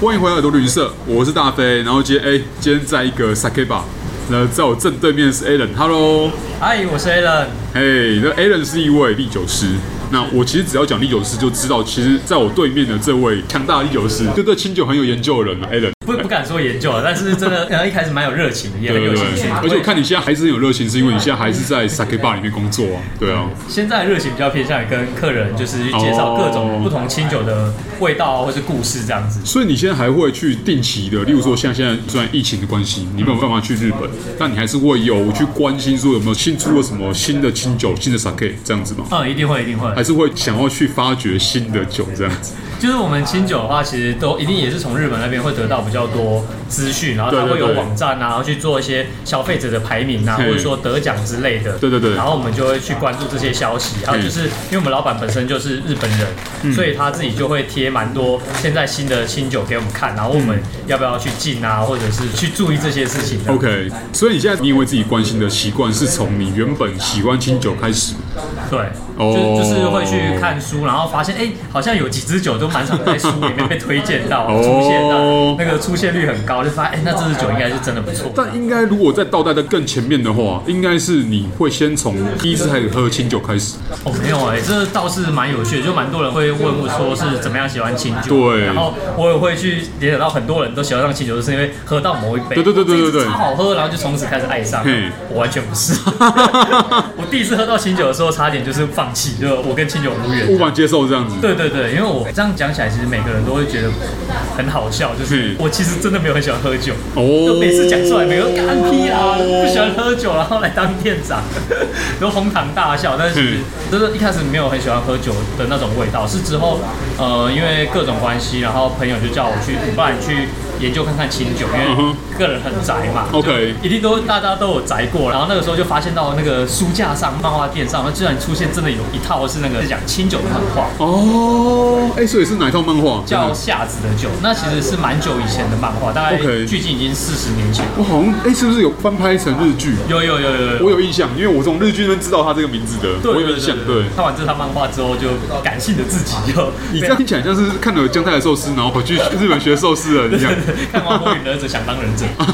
欢迎回来耳朵旅行社，我是大飞。然后今天哎，今天在一个 sake bar，那在我正对面是 Alan，Hello，嗨，我是 Alan。哎，那 Alan 是一位历酒师。那我其实只要讲历酒师，就知道其实在我对面的这位强大的历酒师，就对清酒很有研究的人了，Alan。啊不不敢说研究啊，但是真 的，呃，一开始蛮有热情的，也很有兴趣。而且我看你现在还是很有热情，是因为你现在还是在 sake bar 里面工作啊，对啊。现在热情比较偏向于跟客人就是去介绍各种不同清酒的味道啊，或是故事这样子。所以你现在还会去定期的，例如说像现在虽然疫情的关系，你没有办法去日本，但你还是会有去关心说有没有新出了什么新的清酒、新的 sake 这样子吗？嗯，一定会，一定会。还是会想要去发掘新的酒这样子？就是我们清酒的话，其实都一定也是从日本那边会得到比较多资讯，然后它对对会有对网站啊，然后去做一些消费者的排名啊，或嘿者说得奖之类的。对对嗯对然后我们就会去关注这些消息，还有就是因为我们老板本身就是日本嗯人，所以他自己就会贴蛮多现在新的清酒给我们看，然后我们嗯要不要去进啊，或者是去注意这些事情啊。 OK，所以你现在你以为自己关心的习惯是从你原本喜欢清酒开始吗？对，哦就就是会去看书，然后发现哎、好像有几支酒都蛮常在书里面被推荐到、哦出现到，那个出现率很高，就发现哎、那这支酒应该是真的不错。但应该如果再倒带的更前面的话，应该是你会先从第一次开始喝清酒开始。哦，没有哎、这倒是蛮有趣的，就蛮多人会问我说是怎么样喜欢清酒，对然后我也会去联想到很多人都喜欢上清酒，就是因为喝到某一杯，对对对对对对这一支超好喝，然后就从此开始爱上嘿。我完全不是， 我第一次喝到清酒的时候，差点就是放弃，就我跟清酒无缘。无法接受这样子。对对对，因为我这样讲起来，其实每个人都会觉得很好笑，就是嗯我其实真的没有很喜欢喝酒，哦就每次讲出来，每个人都干屁啦，不喜欢喝酒，然后来当店长， 都哄堂大笑。但是其实就是一开始没有很喜欢喝酒的那种味道，是之后呃因为各种关系，然后朋友就叫我去，不然去研究看看清酒，嗯因为哼个人很宅嘛。 OK 一定都大家都有宅过，然后那个时候就发现到那个书架上、漫画店上，居然出现真的有一套是那个讲清酒的漫画，哦，哎、所以是哪一套漫画？叫《夏子的酒》，那其实是蛮久以前的漫画，大概 OK 距今已经四十年前。我好像哎、是不是有翻拍成日剧？有有有有有，我有印象，因为我从日剧那边知道他这个名字的，对我有印象。对，看完这套漫画之后，就感性的自己就你这样听起来像是看了姜太的寿司，然后跑去日本学寿司人一样。 看完《火影忍者》想当忍者，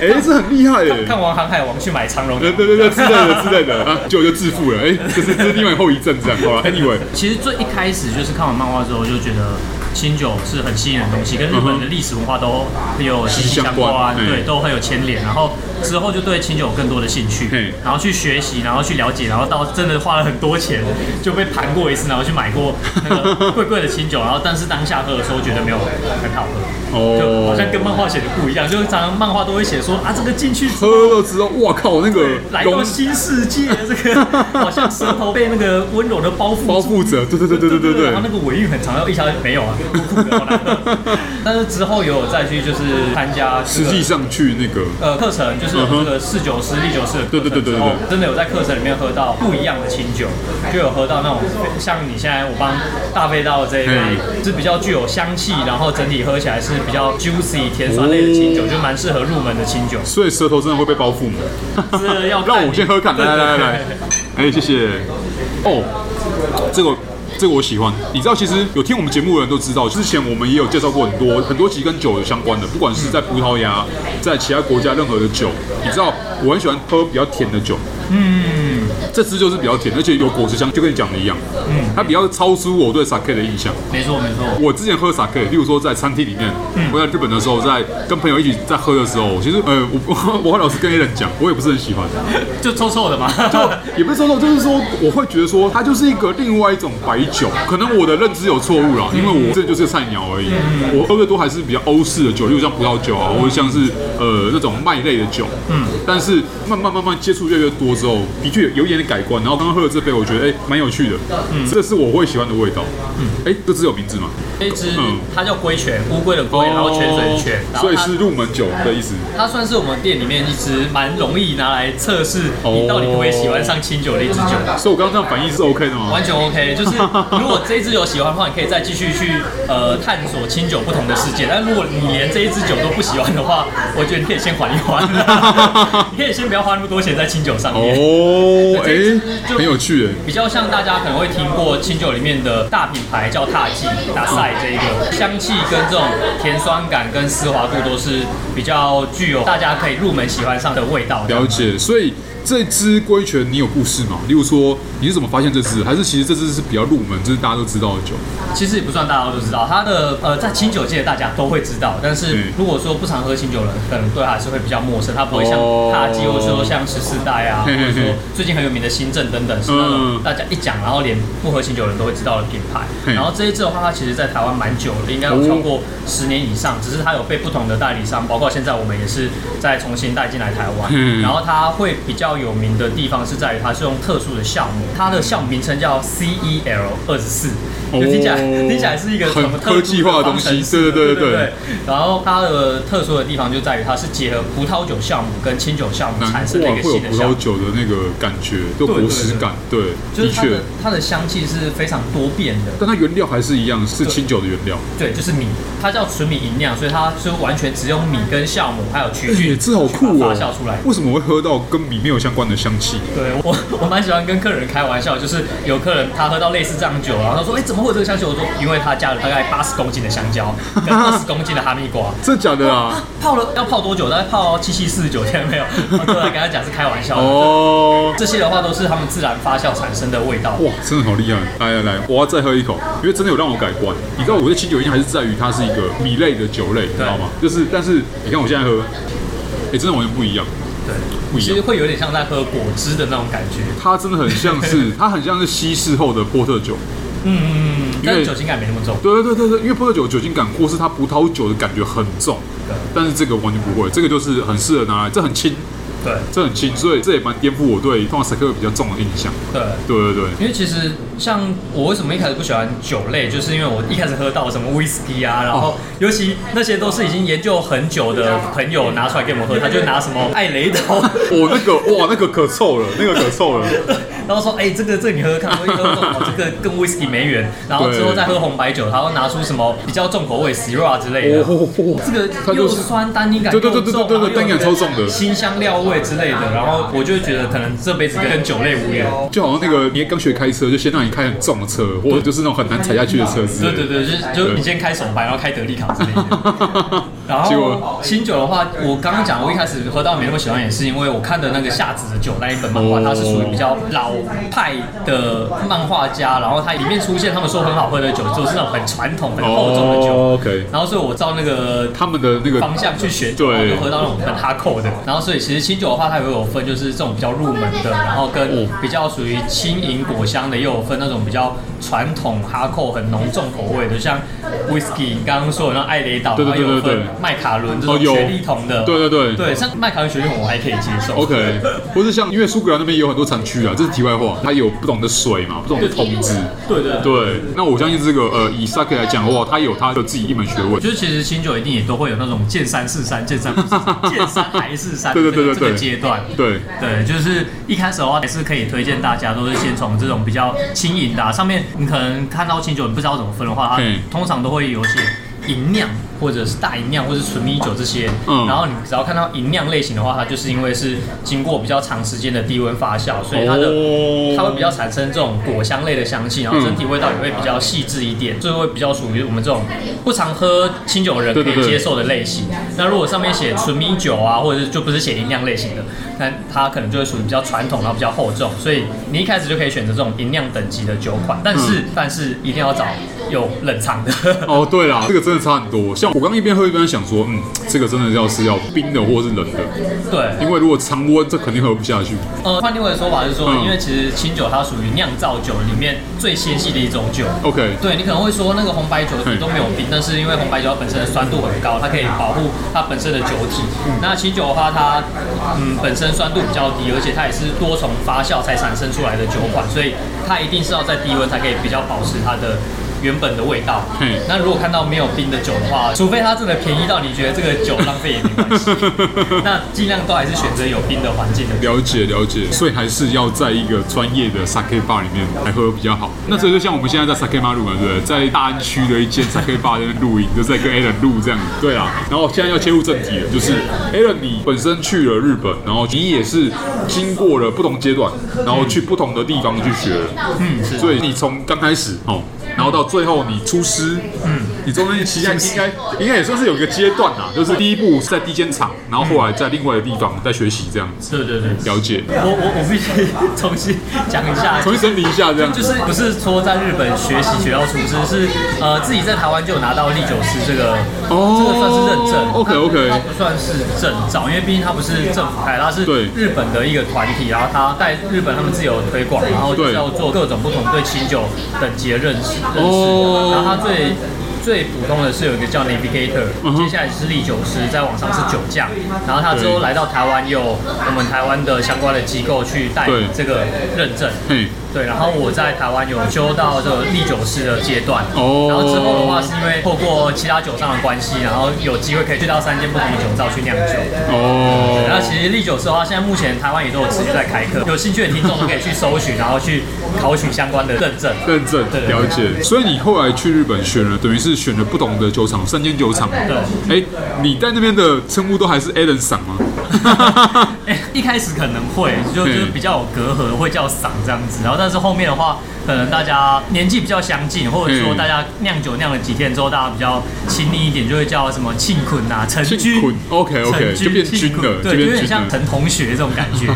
哎、这很厉害耶！看完《航海王》去买长荣。对对对对，之类的之类的，啊，结果就致富了。哎、这是这是另外后遗症，这样 好了。Anyway，其实最一开始就是看完漫画之后，就觉得清酒是很吸引人的东西，跟日本的历史文化都很有息息相息息相关，关对，嗯都很有牵连。然后之后就对清酒有更多的兴嘿趣，然后去学习，然后去了解，然后到真的花了很多钱就被盘过一次，然后去买过那个贵贵的清酒，然后但是当下喝的时候觉得没有很好喝，哦就好像跟漫画写的不一样，就是常常漫画都会写说啊这个进去之后喝了之后，哇靠，那个来到龙新 世界，这个好像舌头被那个温柔的包覆住包覆着，对对对对对对对然后。那个尾韵很长，要一下就没有啊， 酷酷的好难喝。但是之后也有再去就是参加这实个际上去那个呃课程，就是有这个侍酒师、立酒师嗯的课程对对对对对之后真的有在课程里面喝到不一样的清酒，就有喝到那种像你现在我帮大杯到的这一杯嘿是比较具有香气，然后整体喝起来是比较 juicy 甜酸类的清哦酒，就蛮适合入门的 清酒。所以舌头真的会被包覆吗？是要让我先喝看，来来来来来，哎，谢谢。哦，这个这个我喜欢。你知道，其实有听我们节目的人都知道，之前我们也有介绍过很多很多集跟酒有相关的，不管是在葡萄牙，在其他国家任何的酒。你知道，我很喜欢喝比较甜的酒。嗯，这支就是比较甜，而且有果实香，就跟你讲的一样。嗯，它比较超出我对 sake 的印象。没错没错。我之前喝 sake，例如说在餐厅里面，我在日本的时候，在跟朋友一起在喝的时候，其实呃，我 我我后来老是跟 A 人讲，我也不是很喜欢，就臭臭的嘛， 也不是说就是说我会觉得说它就是一个另外一种白酒，可能我的认知有错误啦，因为我这就是个菜鸟而已，我喝的都还是比较欧式的酒，例如像葡萄酒啊，或者像是呃那种麦类的酒，嗯，但是慢慢慢慢接触越来越多之后，的确有一点点改观，然后刚刚喝了这杯，我觉得哎蛮有趣的，嗯，这是我会喜欢的味道，嗯，哎，这只有名字吗？ 这一只嗯哦它叫龟泉，乌龟的龟，然后泉水的泉，然后所以它是入门酒的意思。它算是我们店里面一支蛮容易拿来测试你到底会不会喜欢上清酒的一支酒。所以我刚刚这样反应是 OK 的吗？完 全 OK，就是如果这一支有喜欢的话，你可以再继续去呃探索清酒不同的世界。但如果你连这一支酒都不喜欢的话，我觉得你可以先缓一 缓，你可以先不要花那么多钱在清酒上面。 哦，哎、就很有趣哎。比较像大家可能会听过清酒里面的大品牌叫踏迹、大赛派这一个香气跟这种甜酸感跟丝滑度都是比较具有大家可以入门喜欢上的味道。了解，所以这只龟泉你有故事吗？例如说你是怎么发现这只，还是其实这只是比较入门，就是大家都知道的酒？其实也不算大家都知道，它的呃，在清酒界大家都会知道，但是嗯如果说不常喝清酒的人，可能对它还是会比较陌生，它不会像哦帕基或者说像十四代 啊，或嘿嘿嘿者说最近很有名的新政等等，是那嗯种大家一讲，然后连不喝清酒的人都会知道的品牌。嘿然后这一支的话，它其实在台湾蛮久了，应该有超过十年以上，只是它有被不同的代理商，包括现在我们也是在重新带进来台湾。嗯然后它会比较有名的地方是在于它是用特殊的酵母，它的酵母名称叫 CEL 二十四，就听起来 哦听起来是一个什么很科技化的东西特殊对对对对的方程式对对对。然后它的特殊的地方就在于它是结合葡萄酒酵母跟清酒酵母难产生的怪一个会有新的葡酵萄母。酒的那个感觉，就对果实感，对，就是的它确的。它的香气是非常多变的，但它原料还是一样，是对清酒的原料。对，就是米，它叫纯米吟酿，所以它就完全只用米跟酵母还有曲哎、菌这好酷去把哦它发酵出来！哦的。为什么会喝到跟米没有相关的香气？对我，我蛮喜欢跟客人开玩笑，就是有客人他喝到类似这样酒，然后他说：“哎、怎么会有这个香酒？”我说：“因为他加了大概八十公斤的香蕉跟二十公斤的哈密瓜。”真的假的啊？ 泡了要泡多久？大概泡七七四十九天没有？ 对，跟他讲是开玩笑的。哦，这些的话都是他们自然发酵产生的味道。哇，真的好厉害！来来来，我要再喝一口，因为真的有让我改观。你知道我对清酒印象还是在于它是一个米类的酒类，你知道吗？就是，但是你看我现在喝，哎、真的完全不一样，不对，一其实样。会有点像在喝果汁的那种感觉。它真的很像 是，它很像是稀释后的波特酒。嗯嗯嗯，因为但酒精感没那么重。对对对对对，因为波特酒的酒精感或是它葡萄酒的感觉很重，但是这个完全不会，这个就是很适合拿来，这很轻，对这很轻，所以这也蛮颠覆我对通常时刻比较重的印象。对。对对对，因为其实像我为什么一开始不喜欢酒类，就是因为我一开始喝到什么 whisky 啊，然后尤其那些都是已经研究很久的朋友拿出来给我们喝，他就拿什么艾雷岛，哦，那个哇，那个可臭了，那个可臭 了。然后说，哎、这个这个你喝喝看，我一喝说，哦，这个跟 whisky 没缘，然后之后再喝红白酒，他会拿出什么比较重口味 Syrah 之类的。哦，这个又酸单宁感对又对重，对对对对对然后又有单宁感超重的辛香料味之类的，然后我就会觉得可能这辈子跟酒类无缘。就好像那个你刚学开车，就先让你开很重的车，或者就是那种很难踩下去的车之类的。 对对对，就是就是你先开手牌，然后开德利卡之类的。然结果后清酒的话，我刚刚讲，我一开始喝到没那么喜欢，也是因为我看的那个夏子的酒那一本漫画，哦它是属于比较老派的漫画家，然后它里面出现他们说很好喝的酒，就是那种很传统、很厚重的酒。哦，OK，然后所以我照那个他们的那个 方向去选酒，对然后就喝到那种很哈扣的。然后所以其实清酒的话，它也有分就是这种比较入门的，然后哦跟比较属于轻盈果香的，也有分那种比较传统哈扣很浓重口味的，像 whisky 你刚刚说的那艾雷岛，对对然后也有对对分对麦卡伦这哦种有雪莉桶的，对对对对，像麦卡伦雪莉桶我还可以接受。 OK，或是像因为苏格兰那边也有很多产区啊，这是题外话，它有不同的水嘛，不同的桶子。对对对。对，那我相信这个呃，以 sake 来讲的话，它有它的自己一门学问。就是其实清酒一定也都会有那种见山是山，见山不是 山，见山还是山，对对对对这个这对个阶段，对，对，就是一开始的话，还是可以推荐大家都是先从这种比较轻盈的啊、上面你可能看到清酒，你不知道怎么分的话，它嗯通常都会有写银酿或者是大银酿或者是纯米酒这些。嗯然后你只要看到银酿类型的话，它就是因为是经过比较长时间的低温发酵，所以它的、哦它会比较产生这种果香类的香气，然后整体味道也会比较细致一点，所以会比较属于我们这种不常喝清酒的人对可对以对接受的类型。那如果上面写纯米酒啊，或者是就不是写银酿类型的，那它可能就会属于比较传统，然后比较厚重，所以你一开始就可以选择这种银酿等级的酒款，但嗯是、但是一定要找有冷藏的。 哦，对啦，这个真的差很多。像我刚刚一边喝一边想说，嗯，这个真的要是要冰的或是冷的，对，因为如果常温，这肯定喝不下去。呃，换另外的说法是说，嗯因为其实清酒它属于酿造酒里面最纤细的一种酒。 OK，对你可能会说那个红白酒嗯都没有冰，但是因为红白酒它本身的酸度很高，它可以保护它本身的酒体。那清酒的话，它嗯本身酸度比较低，而且它也是多重发酵才产生出来的酒款，所以它一定是要在低温才可以比较保持它的。原本的味道嗯。那如果看到没有冰的酒的话，除非它真的便宜到你觉得这个酒浪费也没关 系，那尽量都还是选择有冰的环境的酒。了解了解，所以还是要在一个专业的 sake bar 里面来喝比较好。那所以就像我们现在在 sake bar 录嘛，对不对？在大安区的一间 sake bar 在那边录 音，就在跟 Alan 录这样。对啊，然后现在要切入正题了，就是 Alan 你本身去了日本，然后你也是经过了不同阶段，然后去不同的地方去学。嗯，所以你从刚开始哦，然后到最后你出师，嗯，你中间期间应该应该也算是有一个阶段啦，就是第一步是在第一间厂，然后后来在另外的地方在学习这样子，对对对，了解，我我我必须重新讲一下，重新整理一下这样就。是不是说在日本学习学到厨师，是呃自己在台湾就有拿到历酒师这个，哦这个算是认证。 OK，OK 它它不算是证照，因为毕竟它不是政府开，它是对日本的一个团体，然后它在日本他们自己有推广，然后就是对要做各种不同对清酒等级的认识认识哦的，然后它最。最普通的是有一个叫 Navigator，、嗯哼接下来是历酒师，再往上是酒匠，然后他之后对来到台湾，有我们台湾的相关的机构去带对这个认证，嘿，对，然后我在台湾有修到这个历酒师的阶段，哦然后之后的话是因为透过其他酒商的关系，然后有机会可以去到三间不同的酒造去酿酒。然后哦，其实历酒师的话，现在目前台湾也都有持续在开课，有兴趣的听众都可以去搜寻，然后去考取相关的认证。认证对了解。所以你后来去日本选了，等于是选了不同的酒厂，三间酒厂嘛。哎，你在那边的称呼都还是 Alan 赏 吗？哎， 一开始可能会就嗯就是比较有隔阂，会叫嗓这样子，然后但是后面的话，可能大家年纪比较相近，或者说嗯大家酿酒酿了几天之后，大家比较亲密一点，就会叫什么庆坤啊、陈庆君坤，OK，OK，陈君就变庆君坤了对，就就变有点君了像陈同学这种感 觉。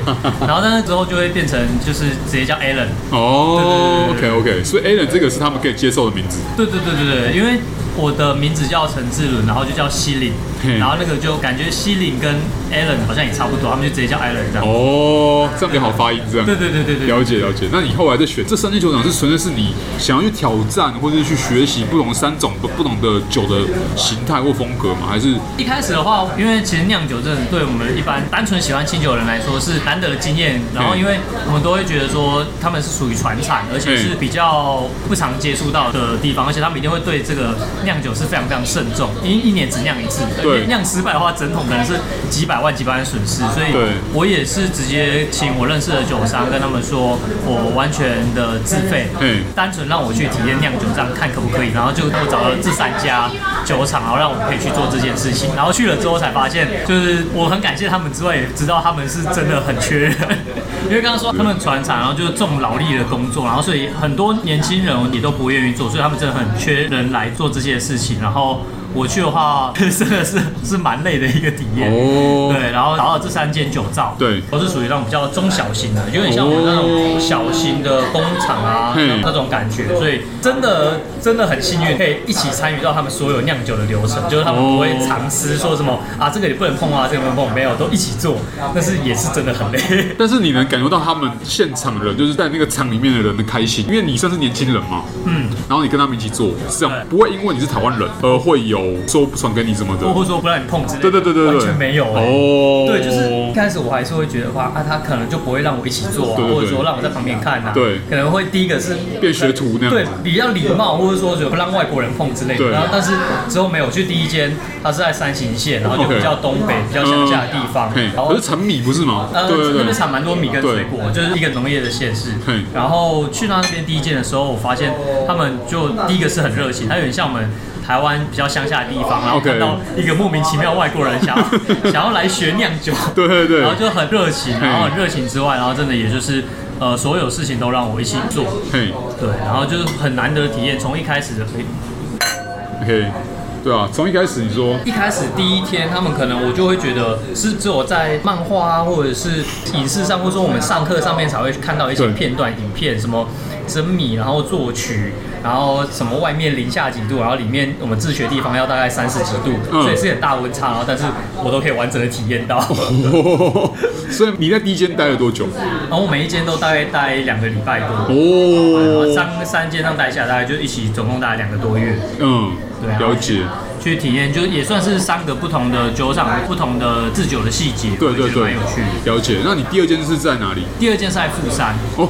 然后但是之后就会变成就是直接叫 Alan，哦对对对，OK 对 OK，所以 Alan 这个是他们可以接受的名字。对对对对对，因为我的名字叫陈志伦，然后就叫西林嗯，然后那个就感觉西林跟 Alan 好像也差不多，他们就直接叫 Alan 这样。哦，这样比较好发音，这样。对对对对对，了解了解，那你后来在选这三间酒厂是纯粹是你想要去挑战，或者是去学习不同三种不不同的酒的形态或风格吗？还是一开始的话，因为其实酿酒真的对我们一般单纯喜欢清酒的人来说是难得的经验。然后，因为我们都会觉得说他们是属于传产，而且是比较不常接触到的地方，而且他们一定会对这个酿酒是非常非常慎重，因为一年只酿一次，对酿失败的话，整桶可能是几百万、几百万损失。所以对，我也是直接请我认识的酒商跟他们说，我完全的自费，嗯单纯让我去体验酿酒，这样看可不可以？然后就我找了这三家酒厂，然后让我们可以去做这件事情。然后去了之后才发现，就是我很感谢他们之外，也知道他们是真的很缺人。因为刚刚说他们船厂，然后就是重劳力的工作，然后所以很多年轻人也都不愿意做，所以他们真的很缺人来做这些事情。然后我去的话， 真的是是蛮累的一个体验。哦，对，然后找到这三间酒造，对都是属于那种比较中小型的，有点像我们那哦种小型的工厂啊嘿那种感觉，所以真的真的很幸运，可以一起参与到他们所有酿酒的流程，就是他们哦不会藏私说什么啊这个也不能碰啊，这个不能碰，没有，都一起做，但是也是真的很累。 但是你能感受到他们现场人，就是在那个厂里面的人的开心，因为你算是年轻人嘛，嗯，然后你跟他们一起做，是这样，对不会因为你是台湾人而会有说不传给你什么的或，或者说不让你碰之类的，对对对对对，完全没有、欸。哦，对，就是一开始我还是会觉得话啊，他可能就不会让我一起做啊，对对对或者说让我在旁边看啊，对可能会第一个是变学徒那样对，比较礼貌，或者说就不让外国人碰之类的。对然后但是之后没有去第一间，它是在三行县，然后就 OK 比较东北、比较乡下的地方，嘿然后可嗯哦是产米不是吗？呃，对对那对边，产蛮多米跟水果，就是一个农业的县市嘿。然后去到那边第一件的时候，我发现他们就第一个是很热情，它有点像我们台湾比较乡下的地方，然后 OK 看到一个莫名其妙外国人想 要想要来学酿酒，对对对然后就很热情，然后很热情之外，然后真的也就是呃所有事情都让我一起做，嘿对，然后就是很难得的体验，从一开始的。 ，OK，对啊，从一开始你说， 一开始第一天，他们可能我就会觉得是只有在漫画啊，或者是影视上，或者说我们上课上面才会看到一些对片段、影片，什么蒸米，然后作曲，然后什么外面零下几度，然后里面我们自学地方要大概三十几度，嗯所以是很大温差，然后但是我都可以完整的体验到。 所以你在第一间待了多久？哦然后我每一间都大概待两个礼拜多，然后哦，三三哎间上待下来大概就一起总共待了两个多月。嗯，对啊了解，去体验，就也算是三个不同的酒厂、不同的制酒的细节，对对我也对觉得蛮有趣的。，了解。那你第二间是在哪里？第二件是在富山，哦，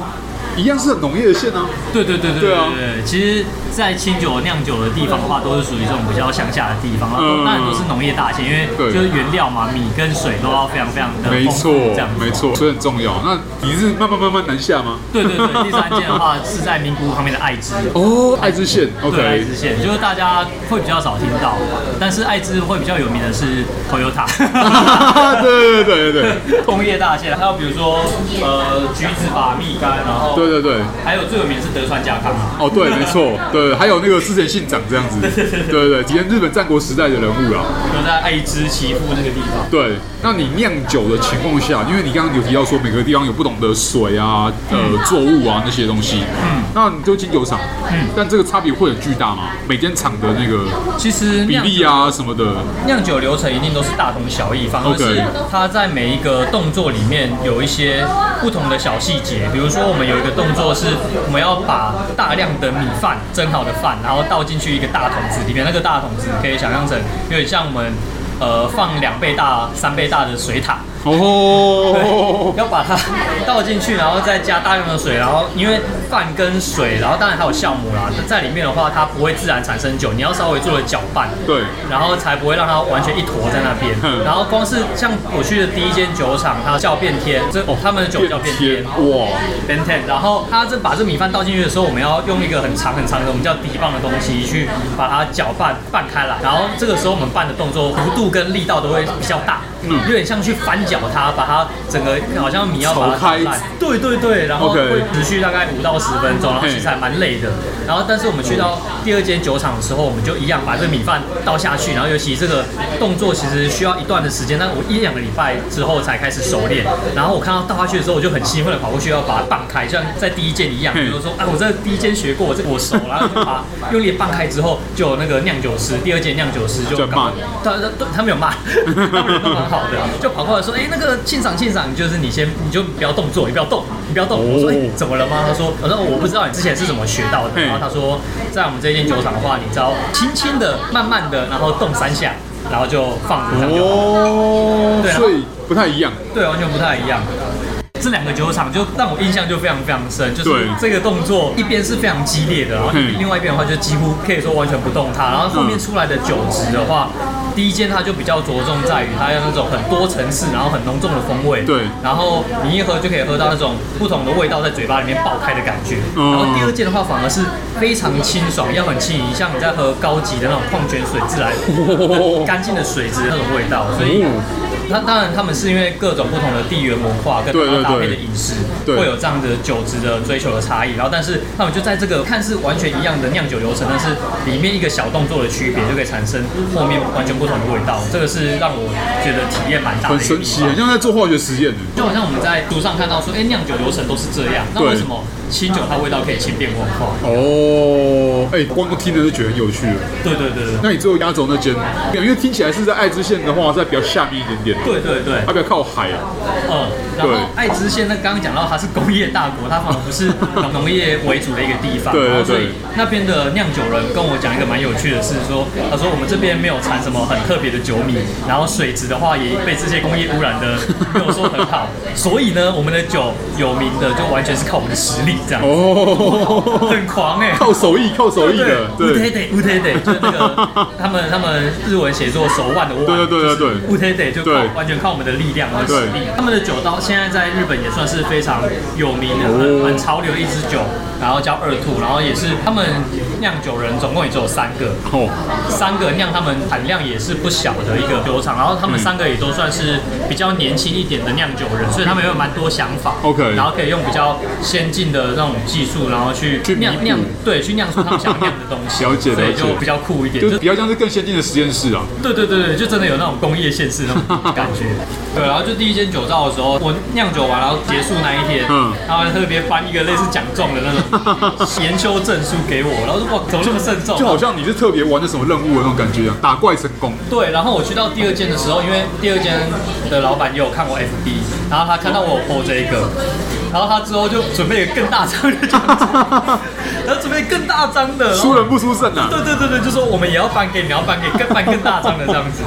一样是农业的县啊。对对对对对啊对。其实，在清酒酿酒的地方的话，都是属于这种比较乡下的地方，嗯那当然都是农业大县，因为对就是原料嘛，米跟水都要非常非常的没丰错富这样，子。没错，所以很重要。那你是慢慢慢慢南下吗？对对对，第三件的话是在名古屋旁边的爱知。哦，爱知县对爱，OK，知县，就是大家会比较少听到，但是爱知会比较有名的是 Toyota， 对对对对对工业大县，还有比如说呃橘子把蜜柑，然后对对对，还有最有名的是德川家康啊，哦对，没错，对，还有那个织田信长这样子，对对对，体现日本战国时代的人物啦。就在爱知岐阜那个地方。对，那你酿酒的情况下，因为你刚刚有提到说每个地方有不同的水啊、呃、作物啊那些东西，嗯，那你就进酒厂，嗯，但这个差别会很巨大吗？每间厂的那个其实比酿例酒啊什么的，酿酒流程一定都是大同小异，反而 OK 是它在每一个动作里面有一些不同的小细节。比如说，我们有一个动作是我们要把大量的米饭蒸好的饭，然后倒进去一个大桶子里面。那个大桶子可以想象成有点像我们呃放两倍大、三倍大的水塔，哦，要把它倒进去，然后再加大量的水，然后因为饭跟水，然后当然还有酵母啦，在里面的话它不会自然产生酒，你要稍微做了搅拌，对然后才不会让它完全一坨在那边嗯。然后光是像我去的第一间酒厂，它叫变天，这哦他们的酒叫变天。哇， b e n t e n 然后它这把这米饭倒进去的时候，我们要用一个很长很长的我们叫底棒的东西去把它搅拌拌开来，然后这个时候我们拌的动作幅度跟力道都会比较大，嗯有点像去翻搅它，把它整个好像米要把它炒开搅烂，对对对，然后 OK 会持续大概五到十分钟，然后其嘿实还蛮累的。然后但是我们去到第二间酒厂的时候，我们就一样把这个米饭倒下去，然后尤其这个动作其实需要一段的时间，但我一两个礼拜之后才开始熟练。然后我看到倒下去的时候，我就很兴奋的跑过去要把它拌开，就像在第一间一样，嘿比如说，哎，我这第一间学过，我这我熟了，然后就把它用力拌开之后，就有那个酿酒师，第二间酿酒师就在骂你他他他他没有骂， 他们人都蛮好的，就跑过来说，哎、那个庆赏庆赏，就是你先你就不要动作，你不要动，你不要动。我说、哎，怎么了吗？他说，我说我不知道你之前是怎么学到的。嘿然后他说，在我们这间酒厂的话，你只要轻轻的、慢慢的，然后动三下，然后就放着这样就好。哦，对啊所以不太一样，对，完全不太一样。这两个酒厂就让我印象就非常非常深，就是对这个动作一边是非常激烈的，然后嗯另外一边的话就几乎可以说完全不动它，然后后面出来的酒质的话。第一间它就比较着重在于它有那种很多层次，然后很浓重的风味。对然后你一喝就可以喝到那种不同的味道在嘴巴里面爆开的感觉。嗯然后第二件的话，反而是非常清爽，要很轻盈，像你在喝高级的那种矿泉水自 来哦干净的水质那种味道，所以嗯那当然他们是因为各种不同的地缘文化跟对它对搭配对的饮食，对会有这样的酒质的追求的差异。然后，但是他们就在这个看似完全一样的酿酒流程，但是里面一个小动作的区别，就可以产生后面完全不同的味道。这个是让我觉得体验蛮大的很一个神地奇，方很像在做化学实验呢。就好像我们在书上看到说，哎、酿酒流程都是这样，那对为什么清酒它味道可以千变万化？哦，哎，光听着就觉得很有趣了。对对对对那你最后压轴那间，因为听起来是在爱知县的话，在比较下面一点点，对对对。它比较靠海啊。嗯，然后对爱知县那刚刚讲到它是工业大国，它反而不是农业为主的一个地方，对对然后所对以那边的酿酒人跟我讲一个蛮有趣的事，说他说我们这边没有产什么很特别的酒米，然后水质的话也被这些工业污染的跟我说很好，所以呢我们的酒有名的就完全是靠我们的实力这样，哦，很狂哎、靠手艺，靠手艺的，乌对推。得乌推得，就 是那个他们他们日文写作手腕的腕，对对对对对乌推得就靠对完全靠我们的力量和实力。他们的酒刀现在在日本也算是非常有名的，哦很很潮流一支酒，然后叫二兔，然后也是他们酿酒人总共也只有三个，哦，三个酿他们产量也是不小的一个酒厂，然后他们三个也都算是比较年轻一点的酿酒人，所以他们有蛮多想法。 OK 然后可以用比较先进的那种技术，然后去去弥补酿酿对，去酿出他们想酿的东 西。了解所以了解就比较酷一点。就就是比较像是更先进的实验室啊。对对对对，就真的有那种工业县市那种感 觉。对，然后就第一间酒造的时候，我酿酒完，然后结束那一天，嗯他们特别颁一个类似奖状的那种研修证书给我，然后说哇，怎么那么慎重？就好像你是特别完成什么任务的那种感觉一样，打怪成功。对，然后我去到第二间的时候，因为第二间的老板也有看我 FB，然后他看到我 PO 这一个，然后他之后就准备一个更大张的奖状，然后准备更大张的，然后输人不输阵啊！对对对对，就说我们也要颁给你，要颁给更颁更大张的这样子。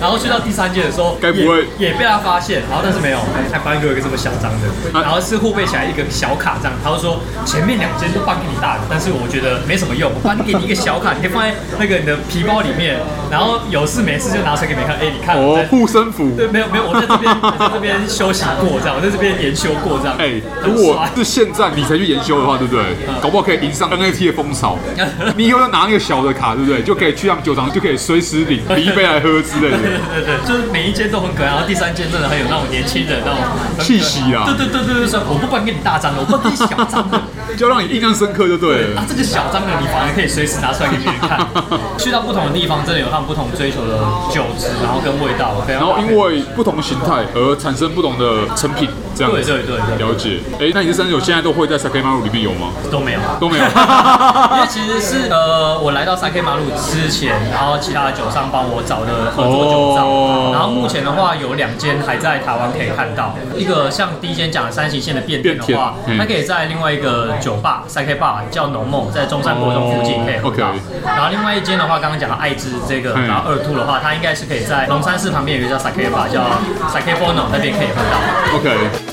然后去到第三届的时候，该不会也也被他发现，然后但是没有，还颁给我一个这么小张的，啊然后是互背起来一个小卡这样。他就说前面两间都颁给你大的，但是我觉得没什么用，我颁给你一个小卡，你可以放在那个你的皮包里面，然后有事没事就拿出来给你看。哎，你看我哦在，。护身符。对，没有没有，我在这边我在这边休息过，这样，我在这边研修过，这样。哎如果是现在你才去研修的话，对不对？搞不好可以迎上 NFT 的风潮。你以后要拿那个小的卡，对不对？就可以去他们酒厂，就可以随时领领一杯来喝之类 的。对对，就是每一间都很可爱，然后第三间真的很有那种年轻人那种很可爱气息啊对对对对对，是我不管给你大张的，我不管给你小张的，就让你印象深刻就对了啊。，这个小张的你反而可以随时拿出来给别人看。去到不同的地方，真的有他们不同追求的酒质，然后跟味道，可以让然后因为不同形态而产生不同的成品，这样子对对对对了解。哎，那你这三酒现在都会在 Sake Maru 里面有吗？都没有。都 没有。 因为其实是呃，我来到三 K 马路之前，然后其他的酒商帮我找的合作酒造，哦然后目前的话有两间还在台湾可以看到，一个像第一间讲的三旗县的变店的话变，天嗯它可以在另外一个酒吧三 K bar 叫农梦，在中山国中附近可以喝到哦。然后另外一间的话，刚刚讲到爱知这个，嗯然后二兔的话，它应该是可以在龙山寺旁边有一个叫 Sake bar 叫 Sake Bono 那边可以喝到。 OK。